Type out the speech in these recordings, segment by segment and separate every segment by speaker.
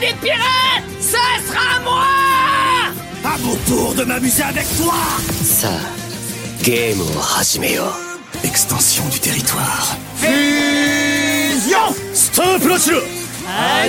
Speaker 1: des pirates, ça sera moi
Speaker 2: À mon tour de m'amuser avec toi
Speaker 3: さあゲームを始めよう
Speaker 2: Extension du territoire. Fusion Stop le jeu
Speaker 4: Euh,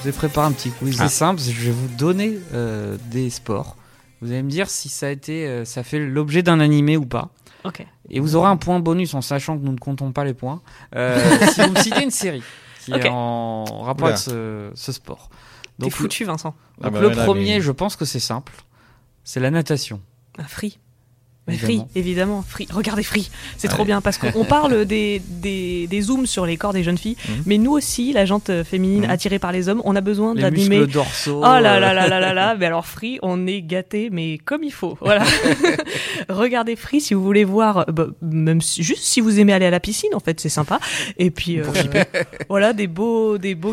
Speaker 5: Je vous ai préparé un petit quiz c'est simple. Je vais vous donner euh, des sports. Vous allez me dire si ça a été, euh, ça fait l'objet d'un animé ou pas.
Speaker 6: Ok.
Speaker 5: Et vous aurez un point bonus en sachant que nous ne comptons pas les points. euh, si vous me citez une série qui
Speaker 6: Ok.
Speaker 5: est en rapport
Speaker 4: Oula.
Speaker 5: avec ce, ce sport.
Speaker 6: T'es
Speaker 5: Donc,
Speaker 6: foutu, Vincent.
Speaker 4: Ah
Speaker 5: le- donc
Speaker 4: bah
Speaker 5: le
Speaker 4: ouais, là,
Speaker 5: premier,
Speaker 4: mais-
Speaker 5: je pense que c'est simple. C'est la natation.
Speaker 6: Ah, free. Bah, free,
Speaker 5: Évidemment.
Speaker 6: évidemment. Free. Regardez Free. C'est trop
Speaker 4: Ouais.
Speaker 6: bien parce qu'on parle des, des, des zooms sur les corps des jeunes filles,
Speaker 4: Mhm.
Speaker 6: mais nous aussi, la gente euh, féminine
Speaker 4: Mhm.
Speaker 6: attirée par les hommes, on a besoin
Speaker 5: Les
Speaker 6: d'animer.
Speaker 5: muscles dorsaux.
Speaker 6: Oh là
Speaker 5: euh,
Speaker 6: là là là là là, mais alors Free, on est gâté, mais comme il faut. Voilà. Regardez Free si vous voulez voir, euh, bah, même si- juste si vous aimez aller à la piscine, en fait, c'est sympa. Et puis, euh, voilà, des beaux, des beaux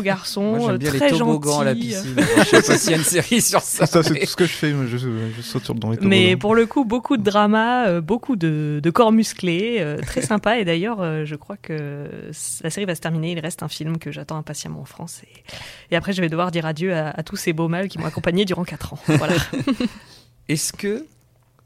Speaker 5: Moi,
Speaker 6: garçons, euh,
Speaker 5: j'aime bien
Speaker 6: très
Speaker 5: les toboggans
Speaker 6: gentils. euh,
Speaker 5: à la piscine. Je sais pas s'il y a une série sur ça.
Speaker 4: Ça, c'est
Speaker 5: mais-
Speaker 4: tout ce que je fais. moi, Je, je saute sur dans les
Speaker 6: Mais
Speaker 4: toboggans.
Speaker 6: pour le coup, beaucoup de drama, euh, beaucoup de, de corps musclés, euh, très sympa. Et d'ailleurs, euh, je crois que c- la série va se terminer. Il reste un film que j'attends impatiemment en France. Et, et après, je vais devoir dire adieu à, à tous ces beaux mâles qui m'ont accompagné durant 4 ans. Voilà.
Speaker 5: Est-ce que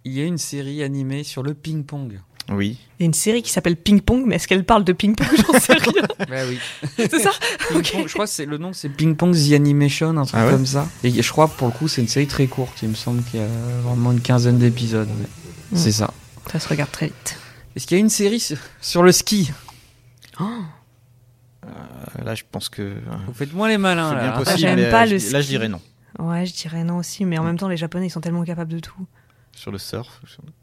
Speaker 5: il y a une série animée sur le ping-pong
Speaker 4: Oui.
Speaker 6: Il y a une série qui s'appelle Ping Pong, mais est-ce qu'elle parle de ping pong J'en sais rien.
Speaker 5: Bah oui.
Speaker 6: C'est ça
Speaker 5: Ping-pong, Je crois que c'est le nom, c'est Ping Pong The Animation, un truc
Speaker 4: Ah ouais
Speaker 5: comme ça. Et je crois pour le coup, c'est une série très courte. Il me semble qu'il y a vraiment une quinzaine d'épisodes. mais
Speaker 6: Mm.
Speaker 5: C'est ça.
Speaker 6: Ça se regarde très vite.
Speaker 5: Est-ce qu'il y a une série sur- sur le ski
Speaker 4: Euh, Là, je pense que euh,
Speaker 5: Vous faites moins les malins
Speaker 6: Ah
Speaker 4: c'est bien
Speaker 5: là.
Speaker 4: possible.
Speaker 6: j'aime
Speaker 4: mais,
Speaker 6: pas
Speaker 4: euh,
Speaker 6: le
Speaker 4: je- Là, je
Speaker 6: ski.
Speaker 4: dirais non.
Speaker 6: Ouais, je dirais non aussi, mais en même temps, les Japonais, ils sont tellement capables de tout.
Speaker 4: Sur le surf. sur-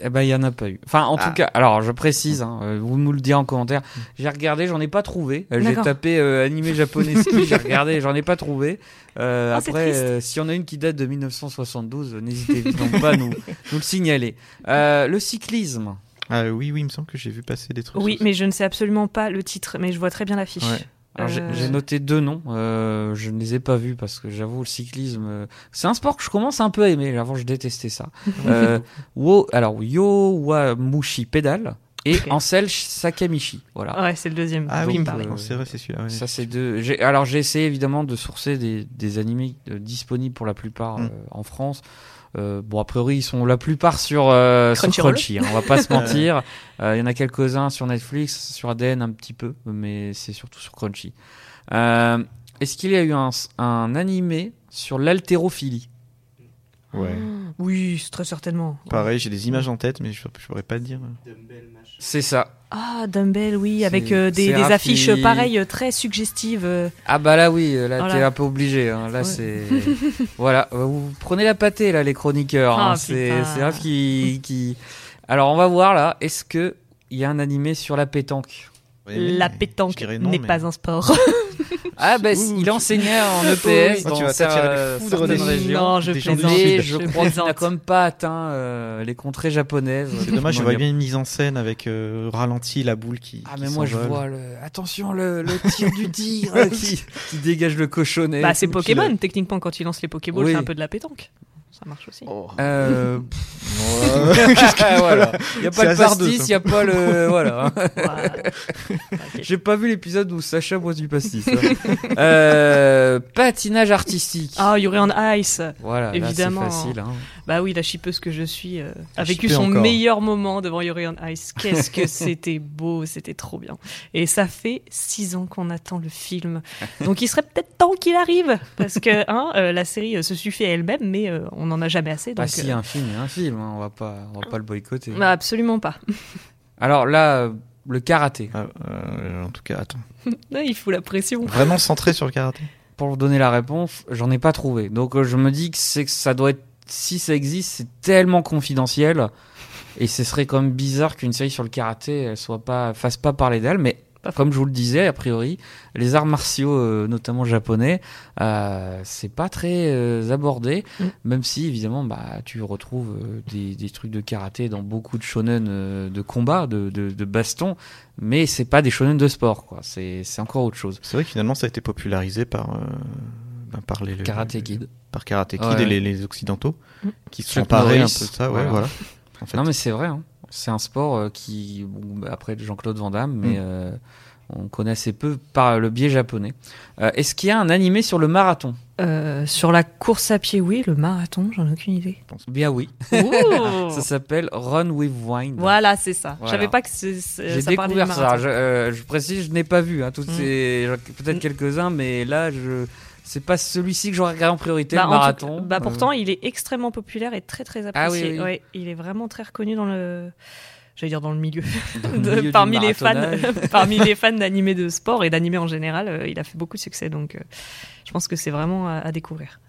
Speaker 5: Eh ben, il y en a pas eu. Enfin, en
Speaker 4: Ah.
Speaker 5: tout cas, alors je précise, hein, euh, vous me le direz en commentaire. J'ai regardé, j'en ai pas trouvé. Euh, J'ai
Speaker 6: D'accord.
Speaker 5: tapé euh, animé japonais ski, j'ai regardé, j'en ai pas trouvé. Euh,
Speaker 6: Oh, c'est
Speaker 5: après,
Speaker 6: triste.
Speaker 5: euh, s'il y en a une qui date de 1972, euh, n'hésitez évidemment pas à nous, nous le signaler. Euh, le cyclisme.
Speaker 4: Ah oui, oui, il me semble que j'ai vu passer des trucs.
Speaker 6: Oui,
Speaker 4: sur ça.
Speaker 6: mais je ne sais absolument pas le titre, mais je vois très bien l'affiche.
Speaker 4: Ouais.
Speaker 5: Alors, j'ai-
Speaker 6: Euh,
Speaker 5: J'ai noté deux noms, euh, je ne les ai pas vus parce que j'avoue le cyclisme, euh, c'est un sport que je commence un peu à aimer. Avant je détestais ça. Euh, wo, alors Yowamushi pédale et
Speaker 6: Ok.
Speaker 5: Ansel Sakamichi. Voilà.
Speaker 6: Ouais, c'est le deuxième.
Speaker 4: Ah
Speaker 6: dont
Speaker 4: oui,
Speaker 6: il
Speaker 4: il me
Speaker 6: parlait.
Speaker 4: semble, c'est vrai, c'est celui-là. ouais.
Speaker 5: Ça, c'est deux. j'ai- Alors, j'ai essayé évidemment de sourcer des, des animés euh, disponibles pour la plupart euh,
Speaker 4: Mm.
Speaker 5: en France. Euh, bon, a priori, ils sont la plupart sur euh, sur
Speaker 6: Crunchyroll.
Speaker 5: Crunchy, hein, on va pas se mentir. Euh, Il y en a quelques-uns sur Netflix, sur ADN un petit peu, mais c'est surtout sur Crunchy. Euh, Est-ce qu'il y a eu un, un animé sur l'haltérophilie
Speaker 4: Ouais.
Speaker 6: Oh. Oui, c'est très certainement.
Speaker 4: Pareil, j'ai des images en tête, mais je ne pourrais pas te dire.
Speaker 5: C'est ça.
Speaker 6: Ah, Dumbbell, oui,
Speaker 5: C'est-
Speaker 6: avec euh, des,
Speaker 5: c'est
Speaker 6: des
Speaker 5: Rafi.
Speaker 6: affiches euh, pareilles, euh, très suggestives. euh.
Speaker 5: Ah bah là oui, là
Speaker 6: Voilà.
Speaker 5: t'es un peu obligé. hein. Là
Speaker 6: Oh Ouais.
Speaker 5: c'est voilà, vous prenez la pâtée là les chroniqueurs. hein.
Speaker 6: Ah,
Speaker 5: c'est
Speaker 6: putain.
Speaker 5: c'est grave qui qui. Alors on va voir là. Est-ce que il y a un animé sur la pétanque
Speaker 6: La pétanque n'est pas E un sport.
Speaker 5: Ah bah
Speaker 4: Ouh,
Speaker 5: il
Speaker 4: tu-
Speaker 5: enseignait en
Speaker 4: Oh,
Speaker 5: EPS
Speaker 4: tu
Speaker 5: dans
Speaker 4: vas
Speaker 5: sa-
Speaker 4: t'attirer les foudres
Speaker 5: certaines
Speaker 4: des-
Speaker 5: régions.
Speaker 6: non, je
Speaker 4: des gens du
Speaker 6: plaisante.
Speaker 5: Mais
Speaker 4: Sud.
Speaker 5: je
Speaker 6: je
Speaker 5: crois qu'il n'a
Speaker 6: plaisante.
Speaker 5: quand même pas atteint euh, les contrées japonaises.
Speaker 4: C'est dommage, je
Speaker 5: Comment
Speaker 4: vois
Speaker 5: dire.
Speaker 4: bien une mise en scène avec euh, ralenti, la boule qui.
Speaker 5: Ah
Speaker 4: qui
Speaker 5: mais moi je
Speaker 4: s'envole.
Speaker 5: vois le... attention le, le tir du tigre qui, qui dégage le cochonnet.
Speaker 6: Bah, c'est
Speaker 5: Tout Eh, qui
Speaker 6: Pokémon, techniquement, quand ils lancent les Pokéballs,
Speaker 5: Oui.
Speaker 6: c'est un peu de la pétanque. Ça marche aussi.
Speaker 4: Oh.
Speaker 5: la- Euh,
Speaker 4: Ouais.
Speaker 5: Ah, voilà. Il n'y a
Speaker 4: C'est
Speaker 5: pas le
Speaker 4: hasardeux,
Speaker 5: pastis, il
Speaker 4: ça.
Speaker 5: n'y a pas le. Voilà.
Speaker 6: Ouah. Ok.
Speaker 5: J'ai pas vu l'épisode où Sacha boit du pastis. hein. Euh, patinage artistique.
Speaker 6: Ah, Yuri on Ice.
Speaker 5: Voilà,
Speaker 6: évidemment.
Speaker 5: Là, c'est facile. hein.
Speaker 6: Bah oui, la chipeuse que je suis euh, a
Speaker 4: La
Speaker 6: vécu
Speaker 4: chipée
Speaker 6: son
Speaker 4: encore.
Speaker 6: meilleur moment devant Yuri on Ice. Qu'est-ce que c'était beau, c'était trop bien. Et ça fait six ans qu'on attend le film. Donc il serait peut-être temps qu'il arrive. Parce que hein, euh, la série euh, se suffit à elle-même, mais euh, on n'en a jamais assez. Donc,
Speaker 5: ah si,
Speaker 6: euh,
Speaker 5: un film, il y a un film. hein, On va pas, on va pas le boycotter.
Speaker 6: bah, absolument pas.
Speaker 5: Alors là, euh, le karaté.
Speaker 4: Ah, euh, en tout cas, attends.
Speaker 6: Non, il fout la pression.
Speaker 4: Vraiment centré sur le karaté.
Speaker 5: Pour vous donner la réponse, j'en ai pas trouvé. Donc euh, je me dis que c'est que ça doit être, si ça existe, c'est tellement confidentiel. Et ce serait quand même bizarre qu'une série sur le karaté elle soit pas, fasse pas parler d'elle. Mais
Speaker 6: Pas faux.
Speaker 5: comme je vous le disais, a priori, les arts martiaux, euh, notamment japonais, euh, c'est pas très euh, abordé.
Speaker 6: Mm.
Speaker 5: Même si, évidemment, bah, tu retrouves euh, des, des trucs de karaté dans beaucoup de shonen euh, de combat, de, de, de baston. Mais c'est pas des shonen de sport, quoi. C'est c'est encore autre chose.
Speaker 4: C'est vrai que finalement, ça a été popularisé par. euh, ben, par les,
Speaker 5: Karaté Kid.
Speaker 4: Par Karaté Kid
Speaker 5: Ouais.
Speaker 6: Mm.
Speaker 4: et les, les Occidentaux, qui se sont
Speaker 5: Chuck
Speaker 4: emparés un peu de
Speaker 5: Norris.
Speaker 4: ça, ouais,
Speaker 5: Voilà.
Speaker 4: voilà. En fait.
Speaker 5: Non mais c'est vrai. hein. C'est un sport euh, qui, bon, bah, après Jean-Claude Van Damme, mais euh, on connaît assez peu par le biais japonais. Euh, Est-ce qu'il y a un animé sur le marathon
Speaker 6: Euh, sur la course à pied, oui, le marathon, j'en ai aucune idée.
Speaker 5: Eh Bien oui,
Speaker 6: Ouh.
Speaker 5: ça s'appelle Run with Wind.
Speaker 6: voilà, c'est ça.
Speaker 5: Voilà.
Speaker 6: Je savais pas que c'est- c'est-
Speaker 5: J'ai
Speaker 6: euh, ça parlait du
Speaker 5: découvert ça.
Speaker 6: marathon.
Speaker 5: Je, euh, je précise, je n'ai pas vu hein, toutes
Speaker 6: Mm.
Speaker 5: ces, peut-être
Speaker 6: Mm.
Speaker 5: quelques-uns, mais là, je c'est pas celui-ci que j'aurais regardé en priorité,
Speaker 6: Bah,
Speaker 5: le
Speaker 6: en tout
Speaker 5: marathon.
Speaker 6: cas- bah,
Speaker 5: Euh,
Speaker 6: pourtant, il est extrêmement populaire et très très
Speaker 5: Ah oui,
Speaker 6: apprécié.
Speaker 5: oui.
Speaker 6: Ouais, il est vraiment très reconnu dans le, j'allais dire dans le milieu,
Speaker 5: dans le
Speaker 6: de-
Speaker 5: milieu du
Speaker 6: parmi les fans,
Speaker 5: marathonnage.
Speaker 6: parmi les fans d'animés de sport et d'animés en général. euh, il a fait beaucoup de succès, donc euh, je pense que c'est vraiment à, à découvrir.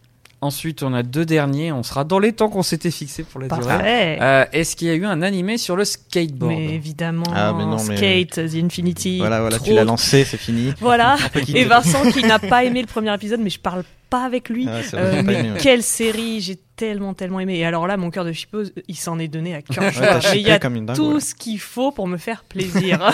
Speaker 5: Ensuite, on a deux derniers. On sera dans les temps qu'on s'était fixés pour la durée.
Speaker 6: Parfait.
Speaker 5: Euh, Est-ce qu'il y a eu un animé sur le skateboard
Speaker 6: mais évidemment,
Speaker 4: Ah, mais non, mais-
Speaker 6: skate, The Infinity.
Speaker 4: Voilà, voilà, tu
Speaker 6: trop-
Speaker 4: l'as lancé, c'est fini.
Speaker 6: Voilà.
Speaker 4: peut quitter.
Speaker 6: Et Vincent qui n'a pas aimé le premier épisode, mais je parle pas avec lui.
Speaker 4: Ah ouais, c'est vrai,
Speaker 6: Euh,
Speaker 4: j'ai pas aimé,
Speaker 6: mais
Speaker 4: ouais.
Speaker 6: quelle série j'ai tellement tellement aimé. Et alors là, mon cœur de chippeuse, il s'en est donné à cœur
Speaker 4: Ouais, t'as
Speaker 6: joie. Mais il y
Speaker 4: chippé
Speaker 6: a
Speaker 4: comme une dingue.
Speaker 6: tout
Speaker 4: ouais.
Speaker 6: ce qu'il faut pour me faire plaisir.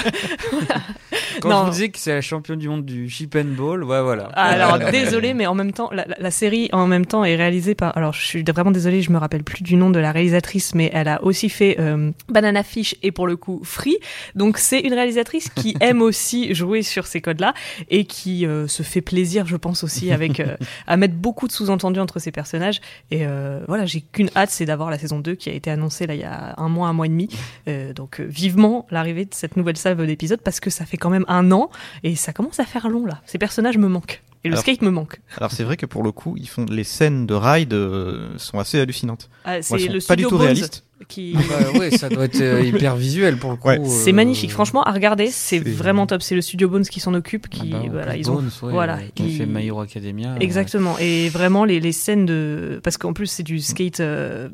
Speaker 5: Quand
Speaker 6: Non. Ah.
Speaker 5: je vous disais que c'est la championne du monde du chip and ball, ouais, voilà.
Speaker 6: alors désolé, mais en même temps, la, la- la série en même temps est réalisée par. Alors je suis vraiment désolée, je me rappelle plus du nom de la réalisatrice, mais elle a aussi fait euh, Banana Fish et pour le coup Free. Donc c'est une réalisatrice qui aime aussi jouer sur ces codes-là et qui euh, se fait plaisir, je pense aussi, avec euh, à mettre beaucoup de sous-entendus entre ces personnages. Et euh, voilà, j'ai qu'une hâte, c'est d'avoir la saison 2 qui a été annoncée là il y a un mois, un mois et demi. Euh, donc euh, vivement l'arrivée de cette nouvelle salve d'épisodes parce que ça fait quand même un an et ça commence à faire long là. Ces personnages me manquent. Et le
Speaker 4: Alors-
Speaker 6: skate me manque.
Speaker 4: Alors c'est vrai que pour le coup, ils font les scènes de ride euh, sont assez hallucinantes.
Speaker 6: Ah,
Speaker 4: Moi,
Speaker 6: c'est
Speaker 4: elles
Speaker 6: le
Speaker 4: sont pas du
Speaker 6: studio
Speaker 4: tout
Speaker 6: Bones
Speaker 4: réalistes.
Speaker 6: qui.
Speaker 5: oui, Bah, ça doit être euh, hyper visuel pour le coup.
Speaker 4: Ouais.
Speaker 5: euh,
Speaker 6: C'est magnifique, franchement, à regarder, c'est
Speaker 4: c'est-
Speaker 6: vraiment top. C'est le studio Bones qui s'en occupe,
Speaker 5: ah
Speaker 6: qui
Speaker 5: bah, en
Speaker 6: voilà,
Speaker 5: plus,
Speaker 6: ils ont
Speaker 5: Bones, ouais,
Speaker 6: voilà,
Speaker 5: euh, qui a
Speaker 6: ils-
Speaker 5: fait My Hero Academia. euh,
Speaker 6: Exactement. Et vraiment, les, les scènes de. Parce qu'en plus, c'est du skate. euh,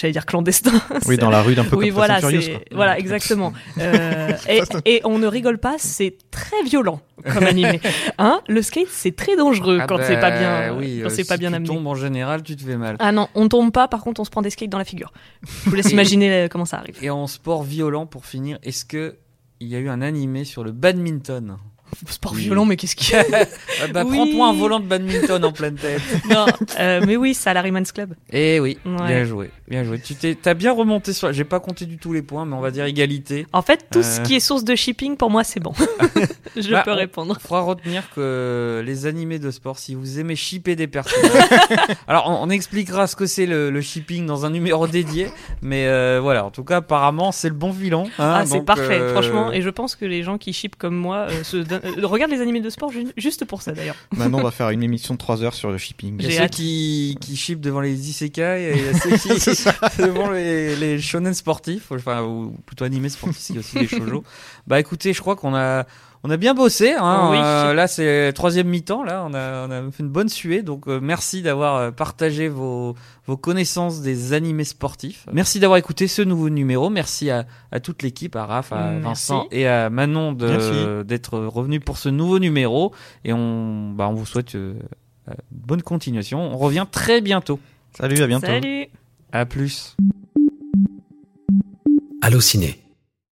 Speaker 6: J'allais dire clandestin.
Speaker 4: Oui, dans la rue, d'un peu
Speaker 6: Oui,
Speaker 4: comme
Speaker 6: voilà,
Speaker 4: Fast and Furious.
Speaker 6: c'est-
Speaker 4: quoi.
Speaker 6: voilà, exactement. Euh, et, et on ne rigole pas, c'est très violent comme animé. Hein le skate, c'est très dangereux
Speaker 5: Ah
Speaker 6: quand
Speaker 5: bah,
Speaker 6: c'est pas bien,
Speaker 5: oui,
Speaker 6: quand
Speaker 5: euh,
Speaker 6: c'est pas
Speaker 5: si
Speaker 6: bien
Speaker 5: tu
Speaker 6: amené.
Speaker 5: tombes en général, tu te fais mal.
Speaker 6: Ah non, on tombe pas. Par contre, on se prend des skates dans la figure. Je vous laisse
Speaker 5: Et-
Speaker 6: imaginer euh, comment ça arrive.
Speaker 5: Et en sport violent, pour finir, est-ce que il y a eu un animé sur le badminton
Speaker 6: Sport
Speaker 5: Oui.
Speaker 6: violent, mais qu'est-ce qu'il y a
Speaker 5: Ah bah,
Speaker 6: Oui.
Speaker 5: Prends-toi un volant de badminton en pleine tête.
Speaker 6: Non, euh, mais oui, c'est à l'Harryman's Club.
Speaker 5: Eh oui,
Speaker 6: Ouais.
Speaker 5: bien joué, bien joué. Tu t'es, t'as bien remonté sur. J'ai pas compté du tout les points, mais on va dire égalité.
Speaker 6: En fait, tout ce
Speaker 5: Euh.
Speaker 6: qui est source de shipping, pour moi, c'est bon. Je
Speaker 5: Bah,
Speaker 6: peux
Speaker 5: on-
Speaker 6: répondre.
Speaker 5: Il faudra retenir que les animés de sport, si vous aimez shipper des personnages, alors on, on expliquera ce que c'est le, le shipping dans un numéro dédié, mais euh, voilà, en tout cas, apparemment, c'est le bon filon. hein,
Speaker 6: Ah, c'est
Speaker 5: donc,
Speaker 6: parfait,
Speaker 5: euh,
Speaker 6: franchement. Et je pense que les gens qui chipent comme moi euh, se don- euh, regardent les animés de sport ju- juste pour ça, d'ailleurs.
Speaker 4: Maintenant, on va faire une émission de 3 heures sur le shipping.
Speaker 5: Il y
Speaker 6: J'ai
Speaker 5: a ceux
Speaker 6: hâte.
Speaker 5: qui, qui shippent devant les isekai et il y a ceux qui devant les, les shonen sportifs, enfin, ou plutôt animés sportifs, il y a aussi des shoujo. Bah écoutez, je crois qu'on a, on a bien bossé. Hein,
Speaker 6: Oh Oui.
Speaker 5: Euh, là, c'est troisième mi-temps, là, on a, on a fait une bonne suée. Donc euh, merci d'avoir euh, partagé vos, vos connaissances des animés sportifs. Merci d'avoir écouté ce nouveau numéro. Merci à, à toute l'équipe, à Raph, à
Speaker 6: Merci.
Speaker 5: Vincent et à Manon de-
Speaker 4: Merci.
Speaker 5: d'être revenu pour ce nouveau numéro. Et on, bah, on vous souhaite. euh, euh, bonne continuation. On revient très bientôt.
Speaker 4: Salut, à bientôt.
Speaker 6: Salut
Speaker 5: À plus.
Speaker 3: Allociné,